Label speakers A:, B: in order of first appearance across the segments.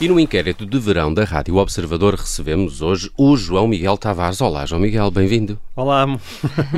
A: E no inquérito de verão da Rádio Observador recebemos hoje o João Miguel Tavares. Olá, João Miguel, bem-vindo.
B: Olá, mu-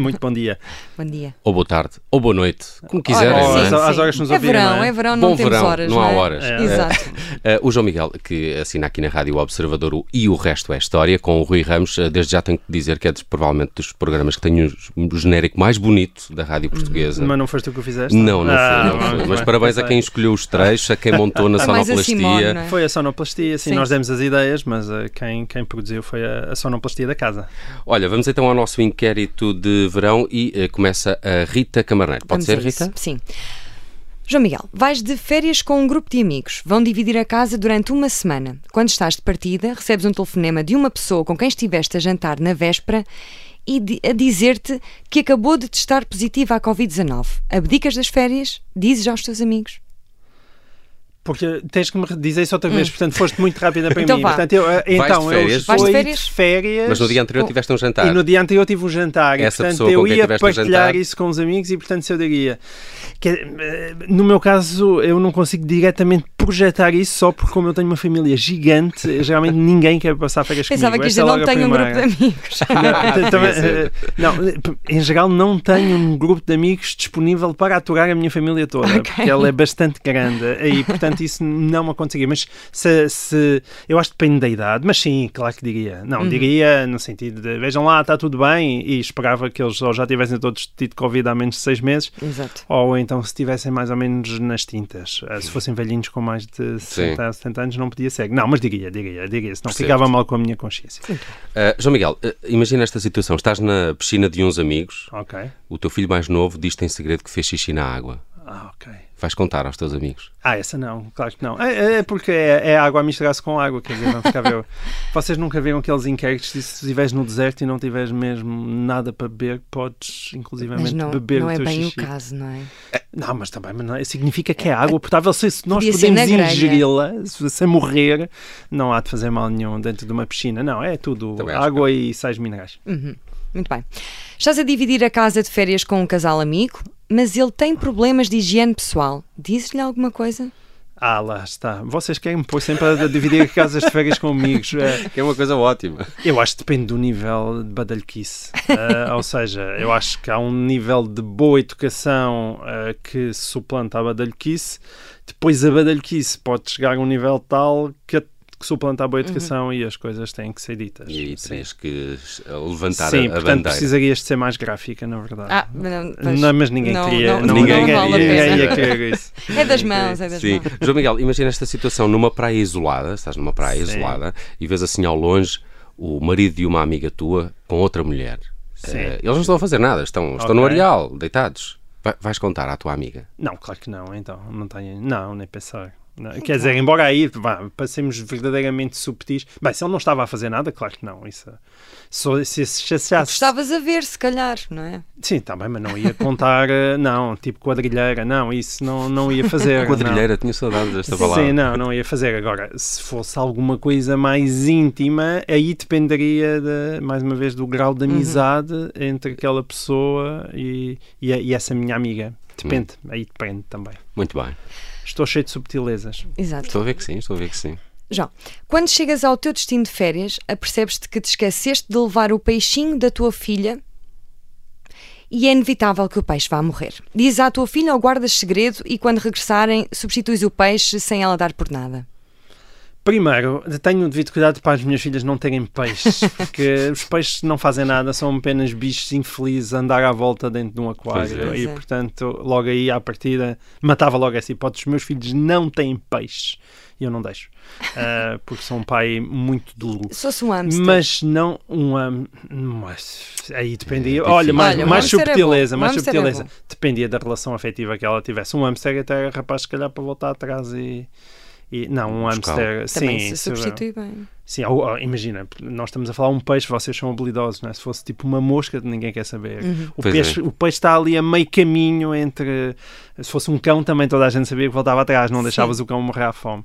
B: muito bom dia.
C: Bom dia.
A: Ou boa tarde, ou boa noite, como quiserem.
B: Ora,
A: não é?
B: às- às horas que nos
C: é
B: ouvirem,
C: verão,
B: não é?
C: é verão,
A: Bom
C: não temos
A: verão,
C: horas.
A: não há
C: é?
A: horas. É.
C: Exato.
A: Eh, o João Miguel, que assina aqui na Rádio Observador o E o Resto é História, com o Rui Ramos, eh, desde já tenho que dizer que é dos- provavelmente dos programas que tem o g- o genérico mais bonito da Rádio
C: Hum,
A: Portuguesa.
B: Mas não foste tu que o fizeste?
A: Não, não
B: Ah,
A: foi, não foi.
B: muito
A: Mas
B: bem,
A: parabéns a
B: pensei.
A: quem escolheu os trechos, a quem montou na
C: É mais a Simone, não
A: sonoplastia.
C: é?
B: Foi a sonoplastia, sim,
C: Sim.
B: nós demos as ideias, mas eh, quem, quem produziu foi a, a sonoplastia da casa.
A: Olha, vamos então ao nosso inquérito de verão e eh, começa a Rita Camarneiro. Pode
C: Vamos
A: ser,
C: a isso.
A: Rita?
C: Sim. João Miguel, vais de férias com um grupo de amigos. Vão dividir a casa durante uma semana. Quando estás de partida, recebes um telefonema de uma pessoa com quem estiveste a jantar na véspera e di- a dizer-te que acabou de testar positiva à Covid-19. Abdicas das férias, dizes aos teus amigos.
B: Porque tens que me dizer isso outra vez, portanto foste muito rápida para
C: Hum. Então
B: mim.
C: vá.
B: Portanto, eu, eh,
A: Vais
B: então,
A: de férias?
B: eu
C: Vais de
B: fui
C: férias?
B: férias
A: Mas no dia anterior
C: Oh.
A: tiveste um
B: E
A: jantar.
B: no dia anterior tive um jantar
A: Essa
B: e,
A: pessoa
B: portanto,
A: com
B: eu
A: quem
B: ia
A: tiveste um
B: partilhar
A: jantar?
B: isso com os amigos e, portanto, se eu diria... que, eh, no meu caso, eu não consigo diretamente projetar isso só porque, como eu tenho uma família gigante, eh, geralmente ninguém quer passar férias
C: Pensava
B: comigo.
C: que
B: Esta
C: isto
B: é
C: eu não
B: logo a
C: tenho um
B: primeira.
C: grupo de amigos.
B: Não,
A: Devia
B: também,
A: ser.
B: eh, não, eh, p- em geral não tenho um grupo de amigos disponível para aturar a minha família toda,
C: Ok.
B: porque ela é bastante grande e portanto isso não me aconteceria. Mas se, se- eu acho que depende da idade, mas sim, claro que diria. Não, diria no sentido de vejam lá, está tudo bem, e esperava que eles ou já tivessem todos tido Covid há menos de seis meses,
C: Exato.
B: ou então se estivessem mais ou menos nas tintas. Ah, Se fossem velhinhos com mais de 60, 70 anos, não podia ser. Não, mas diria, diria, diria, senão
A: Percebo-te.
B: ficava mal com a minha consciência.
A: Ah, João Miguel, eh, imagina esta situação. Estás na piscina de uns amigos,
B: Ok.
A: o teu filho mais novo diz-te em segredo que fez xixi na água.
B: Ah, ok.
A: Vais contar aos teus amigos.
B: Ah, essa não, claro que não. É, é- é porque é, é água a misturar-se com água, quer dizer, vão ficar ver. Vocês nunca viram aqueles inquéritos de se estiveres no deserto e não tiveres mesmo nada para beber, podes
C: Mas
B: inclusivamente
C: não,
B: beber
C: não
B: o
C: é
B: teu
C: bem
B: xixi.
C: o caso, não é?
B: Não, mas também mas não é- significa que é água potável. Se, se nós
C: Podia ser
B: podemos
C: na grelha.
B: ingeri-la, se, sem morrer, não há de fazer mal nenhum dentro de uma piscina. Não, é tudo
A: Também acho
B: água e sais minerais.
C: Muito bem. Estás a dividir a casa de férias com um casal amigo, mas ele tem problemas de higiene pessoal. Dizes-lhe alguma coisa?
B: Ah, lá está. Vocês querem me pôr sempre a dividir casas de férias com amigos. É,
A: Que é uma coisa ótima.
B: Eu acho que depende do nível de badalhoquice. Ah, ou seja, eu acho que há um nível de boa educação ah, que suplanta a badalhoquice. Depois a badalhoquice pode chegar a um nível tal que, a- que suplanta a
C: Uhum.
B: boa educação e as coisas têm que ser ditas.
A: E aí
B: Sim,
A: terias que eh, levantar
B: Sim,
A: a, a
B: portanto
A: bandeira.
B: precisarias de ser mais gráfica, na verdade.
C: Ah, não, pois,
B: não, mas ninguém
C: não-
B: queria.
C: não-
B: Não,
A: ninguém
B: ninguém,
A: vale a
B: ninguém
A: pena.
B: ia querer isso.
C: É das mãos, é das
A: Sim.
C: mãos.
A: João Miguel, imagina esta situação numa praia isolada, estás numa praia
B: Sim.
A: isolada e vês assim ao longe o marido de uma amiga tua com outra mulher.
B: Sim.
A: Eh, eles não estão a fazer nada, estão, estão no
B: Ok.
A: areal, deitados. Vai- Vais contar à tua amiga.
B: Não, claro que não, então. Não tenho. Não, nem pensar. Não, Quer dizer, embora aí vá, passemos verdadeiramente subtis. Bem, se ele não estava a fazer nada, claro que não. Isso, se, se, se chateasse.
C: Estavas a ver, se calhar, não é?
B: Sim, está bem, mas não ia contar, eh, não, tipo quadrilheira, não, isso não, não ia fazer. não.
A: Quadrilheira, tinha saudades desta palavra.
B: Sim, não, não ia fazer. Agora, se fosse alguma coisa mais íntima, aí dependeria, de, mais uma vez, do grau de amizade entre aquela pessoa e, e, a- e essa minha amiga. Depende, aí depende também.
A: Muito bem.
B: Estou cheio de subtilezas.
C: Exato.
A: Estou a ver que sim, estou a ver que sim.
C: João, quando chegas ao teu destino de férias, apercebes-te que te esqueceste de levar o peixinho da tua filha e é inevitável que o peixe vá morrer. Diz à tua filha ou guardas segredo e quando regressarem, substituis o peixe sem ela dar por nada.
B: Primeiro, tenho o devido cuidado para as minhas filhas não terem peixes, porque os peixes não fazem nada, são apenas bichos infelizes a andar à volta dentro de um aquário.
A: Pois é.
B: E,
C: Pois é.
B: portanto, logo aí, à partida, matava logo essa hipótese. Os meus filhos não têm peixes e eu não deixo, ah, porque sou um pai muito duro.
C: Sou um hamster.
B: Mas não um. am- Mas aí dependia.
A: É
B: olha,
A: difícil.
B: mais,
A: Olha, um
B: mais
C: hamster é
B: subtileza,
C: bom. Um
B: mais
C: hamster é
B: subtileza.
C: bom.
B: dependia da relação afetiva que ela tivesse. Um hamster até era rapaz, se calhar, para voltar atrás e. e- não, um
A: Buscar.
B: hamster.
C: Também
B: Sim,
C: se
B: isso- é
C: substitui bem.
B: sim ou- ou, imagina, nós estamos a falar um peixe, vocês são habilidosos, não é? Se fosse tipo uma mosca, ninguém quer saber. O,
A: Pois
B: peixe, o peixe está ali a meio caminho entre. Se fosse um cão, também toda a gente sabia que voltava atrás, não
C: Sim.
B: deixavas o cão morrer à fome.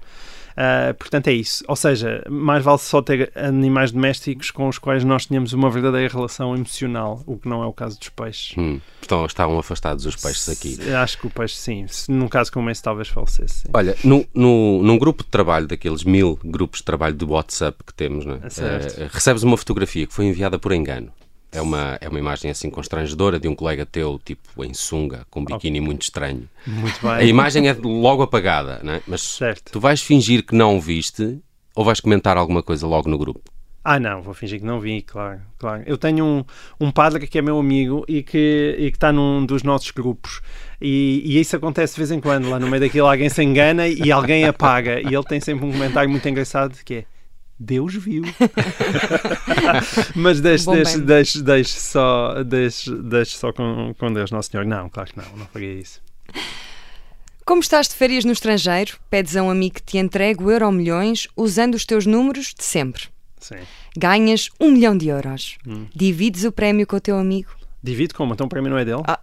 B: Uh, portanto, é isso. Ou seja, mais vale só ter animais domésticos com os quais nós tínhamos uma verdadeira relação emocional, o que não é o caso dos peixes.
A: Hum, estão, estavam afastados os peixes aqui.
B: Se- Acho que o peixe, sim. Se, num caso como esse, talvez falecesse. Sim.
A: Olha, no, no- num grupo de trabalho, daqueles mil grupos de trabalho de WhatsApp que temos, né?
B: É certo.
A: Eh, recebes uma fotografia que foi enviada por engano. É uma, é uma imagem assim constrangedora de um colega teu, tipo em sunga, com um biquíni muito estranho.
B: Muito
A: A
B: bem.
A: imagem é logo apagada, né? mas
B: Certo.
A: tu vais fingir que não viste ou vais comentar alguma coisa logo no grupo?
B: Ah, não, vou fingir que não vi, claro, claro. Eu tenho um, um padre que é meu amigo e que e que está num dos nossos grupos. E, e isso acontece de vez em quando. Lá no meio daquilo alguém se engana e alguém apaga. E ele tem sempre um comentário muito engraçado que é Deus viu. Mas deixe,
C: Bom
B: deixe,
C: bem.
B: deixe, deixe só, deixe, deixe só com, com Deus, Nosso Senhor. Não, claro que não, não faria isso.
C: Como estás de férias no estrangeiro, pedes a um amigo que te entregue o euro milhões usando os teus números de sempre.
B: Sim.
C: Ganhas um milhão de euros.
B: Hum.
C: Divides o prémio com o teu amigo.
B: Divide como? Então para mim não é dele?
C: Ah,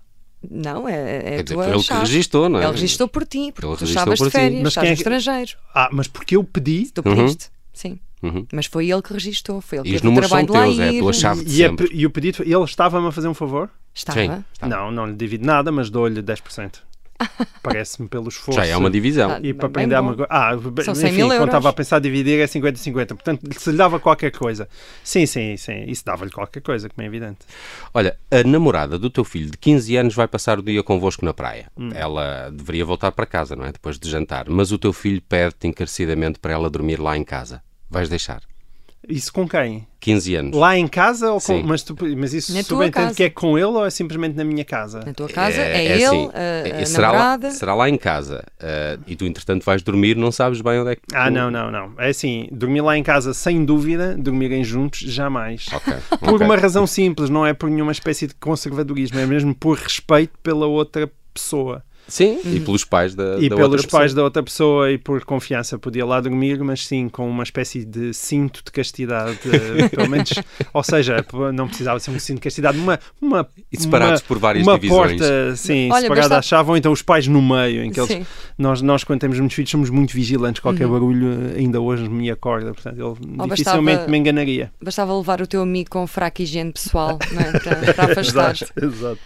C: não, é, é
A: Quer
C: a
A: dizer,
C: tua
A: foi ele que
C: chave.
A: registou, não é?
C: Ele registou por ti, porque
A: Ele
C: tu
A: registou
C: estavas
A: por
C: de
A: ti.
C: férias,
B: Mas
C: estás
B: quem
C: no
B: é que-
C: estrangeiro.
B: Ah, mas porque eu pedi.
C: Tu pediste, sim.
A: Uhum.
C: Mas foi ele que registou, foi ele
A: E
C: que
A: os
C: teve o
A: números são
C: trabalho de lá
A: teus, é a
C: ir.
A: tua chave de
B: E, a
A: sempre.
B: pe- e o pedido, ele estava-me a fazer um favor?
C: Estava.
A: Sim, está.
B: Não, não lhe divido nada, mas dou-lhe 10%. Parece-me pelo esforço.
A: Já é uma divisão.
C: Ah,
B: E para
C: Bem
B: aprender
C: bom.
B: uma coisa. Ah, bem,
C: São 100
B: enfim,
C: mil
B: quando
C: euros.
B: estava a pensar dividir é 50-50. Portanto, se lhe dava qualquer coisa. Sim, sim, sim. Isso dava-lhe qualquer coisa, como é evidente.
A: Olha, a namorada do teu filho de 15 anos vai passar o dia convosco na praia. Ela deveria voltar para casa, não é? Depois de jantar. Mas o teu filho pede-te encarecidamente para ela dormir lá em casa. Vais deixar.
B: Isso com quem?
A: 15 anos.
B: Lá em casa ou com.
A: Sim.
B: Mas, tu- mas isso
C: Na tua
B: subentende
C: casa.
B: que é com ele ou é simplesmente na minha casa?
C: Na tua casa, é,
A: é
C: ele,
A: assim,
C: a,
A: é-
C: a
A: será,
C: namorada.
A: lá, será lá em casa. eh, e tu, entretanto, vais dormir, não sabes bem onde é que.
B: Ah, não, não, não. É assim, dormir lá em casa sem dúvida, dormirem juntos jamais.
A: Ok,
B: Por
A: ok.
B: uma razão simples, não é por nenhuma espécie de conservadorismo, é mesmo por respeito pela outra pessoa.
A: Sim, e pelos pais da,
B: E
A: da outra
B: pelos
A: pessoa.
B: pais da outra pessoa e por confiança podia lá dormir, mas sim com uma espécie de cinto de castidade, eh, pelo menos, ou seja, p- não precisava ser um cinto de castidade, uma, uma
A: E separados
B: uma-
A: por várias
B: uma
A: divisões.
B: porta, sim,
C: Olha,
B: separada
C: basta-
B: à chave, ou então os pais no meio, em que
C: Sim. Uhum.
B: eles, nós, nós quando temos muitos filhos somos muito vigilantes, qualquer barulho ainda hoje me acorda, portanto ele
C: Ou
B: dificilmente
C: bastava-
B: me enganaria.
C: Bastava levar o teu amigo com fraca higiene pessoal não é? para, para afastar.
B: exato.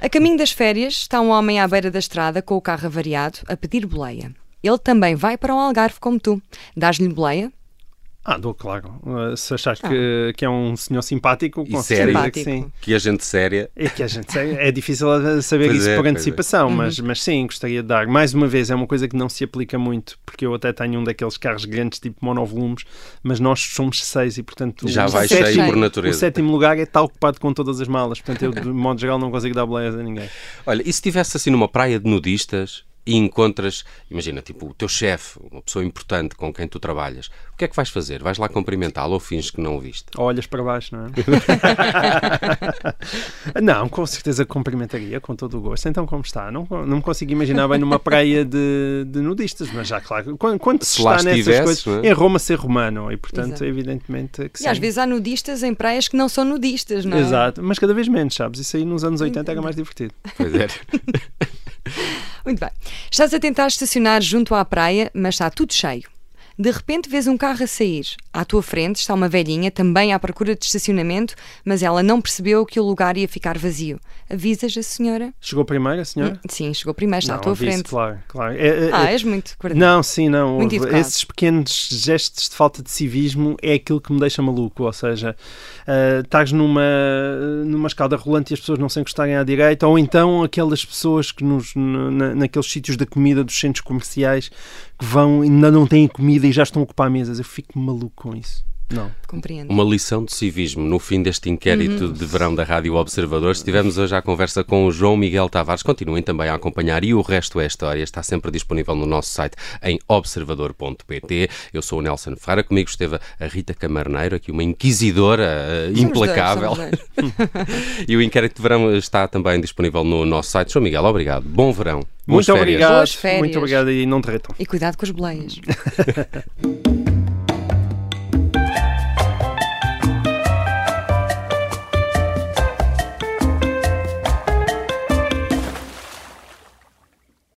C: A caminho das férias está um homem à beira da estrada com o carro avariado a pedir boleia. Ele também vai para um algarve como tu. Dás-lhe boleia?
B: Ah, dou claro. Uh, se achares que, que é um senhor simpático,
A: E
B: com
A: sério.
B: certeza que
C: Ah. Simpático.
B: sim.
A: Que a gente séria.
B: É que a gente sabe- é difícil a- saber
A: Pois
B: isso
A: é,
B: por
A: pois é.
B: antecipação, mas, mas sim, gostaria de dar. Mais uma vez, é uma coisa que não se aplica muito, porque eu até tenho um daqueles carros grandes tipo monovolumes, mas nós somos seis e, portanto,
A: Já
B: o
A: vai
C: cheio
B: sétimo-
A: por natureza.
B: O sétimo lugar está ocupado com todas as malas, portanto, eu, de modo geral, não consigo dar beleza a ninguém.
A: Olha, e se estivesse assim numa praia de nudistas e encontras, imagina, tipo, o teu chefe, uma pessoa importante com quem tu trabalhas, o que é que vais fazer? Vais lá cumprimentá-lo ou finges que não o viste?
B: Ou olhas para baixo, não é? não, com certeza cumprimentaria, com todo o gosto. Então, como está? Não, não me consigo imaginar bem numa praia de, de nudistas, mas já, claro, quando, quando se,
A: Se lá
B: está nessas
A: estivesse,
B: coisas,
A: não é?
B: em Roma ser romano, e portanto,
C: Exato.
B: evidentemente que
C: E
B: sim.
C: às vezes há nudistas em praias que não são nudistas, não é?
B: Exato, mas cada vez menos, sabes? Isso aí nos anos 80 era mais divertido.
A: Pois é.
C: Muito bem. Estás a tentar estacionar junto à praia, mas está tudo cheio. De repente vês um carro a sair. À tua frente está uma velhinha, também à procura de estacionamento, mas ela não percebeu que o lugar ia ficar vazio. Avisas a senhora?
B: Chegou primeiro a senhora?
C: Sim, chegou primeiro, está
B: não,
C: à tua
B: aviso,
C: frente.
B: Claro, claro. É- é-
C: Ah,
B: é-
C: és muito cordial.
B: Não, sim, não.
C: Muito educado.
B: Esses pequenos gestos de falta de civismo é aquilo que me deixa maluco. Ou seja, ah, estás numa, numa escada rolante e as pessoas não se encostarem à direita, ou então aquelas pessoas que nos, na- naqueles sítios da comida dos centros comerciais que vão e ainda não têm comida e já estão a ocupar mesas. Eu fico maluco com isso. Não.
C: Compreendo.
A: Uma lição de civismo no fim deste inquérito
C: Uhum.
A: de verão da Rádio Observador. Estivemos hoje à conversa com o João Miguel Tavares. Continuem também a acompanhar e o resto é história. Está sempre disponível no nosso site em observador.pt. Eu sou o Nelson Ferreira. Comigo esteve a Rita Camarneiro, aqui uma inquisidora eh,
C: Somos dois,
A: implacável.
C: somos dois.
A: E o inquérito de verão está também disponível no nosso site. João Miguel, obrigado. Bom verão. Boas
B: Muito
A: férias.
B: obrigado.
C: Boas férias.
B: Muito obrigado e não derretam.
C: E cuidado com as boleias.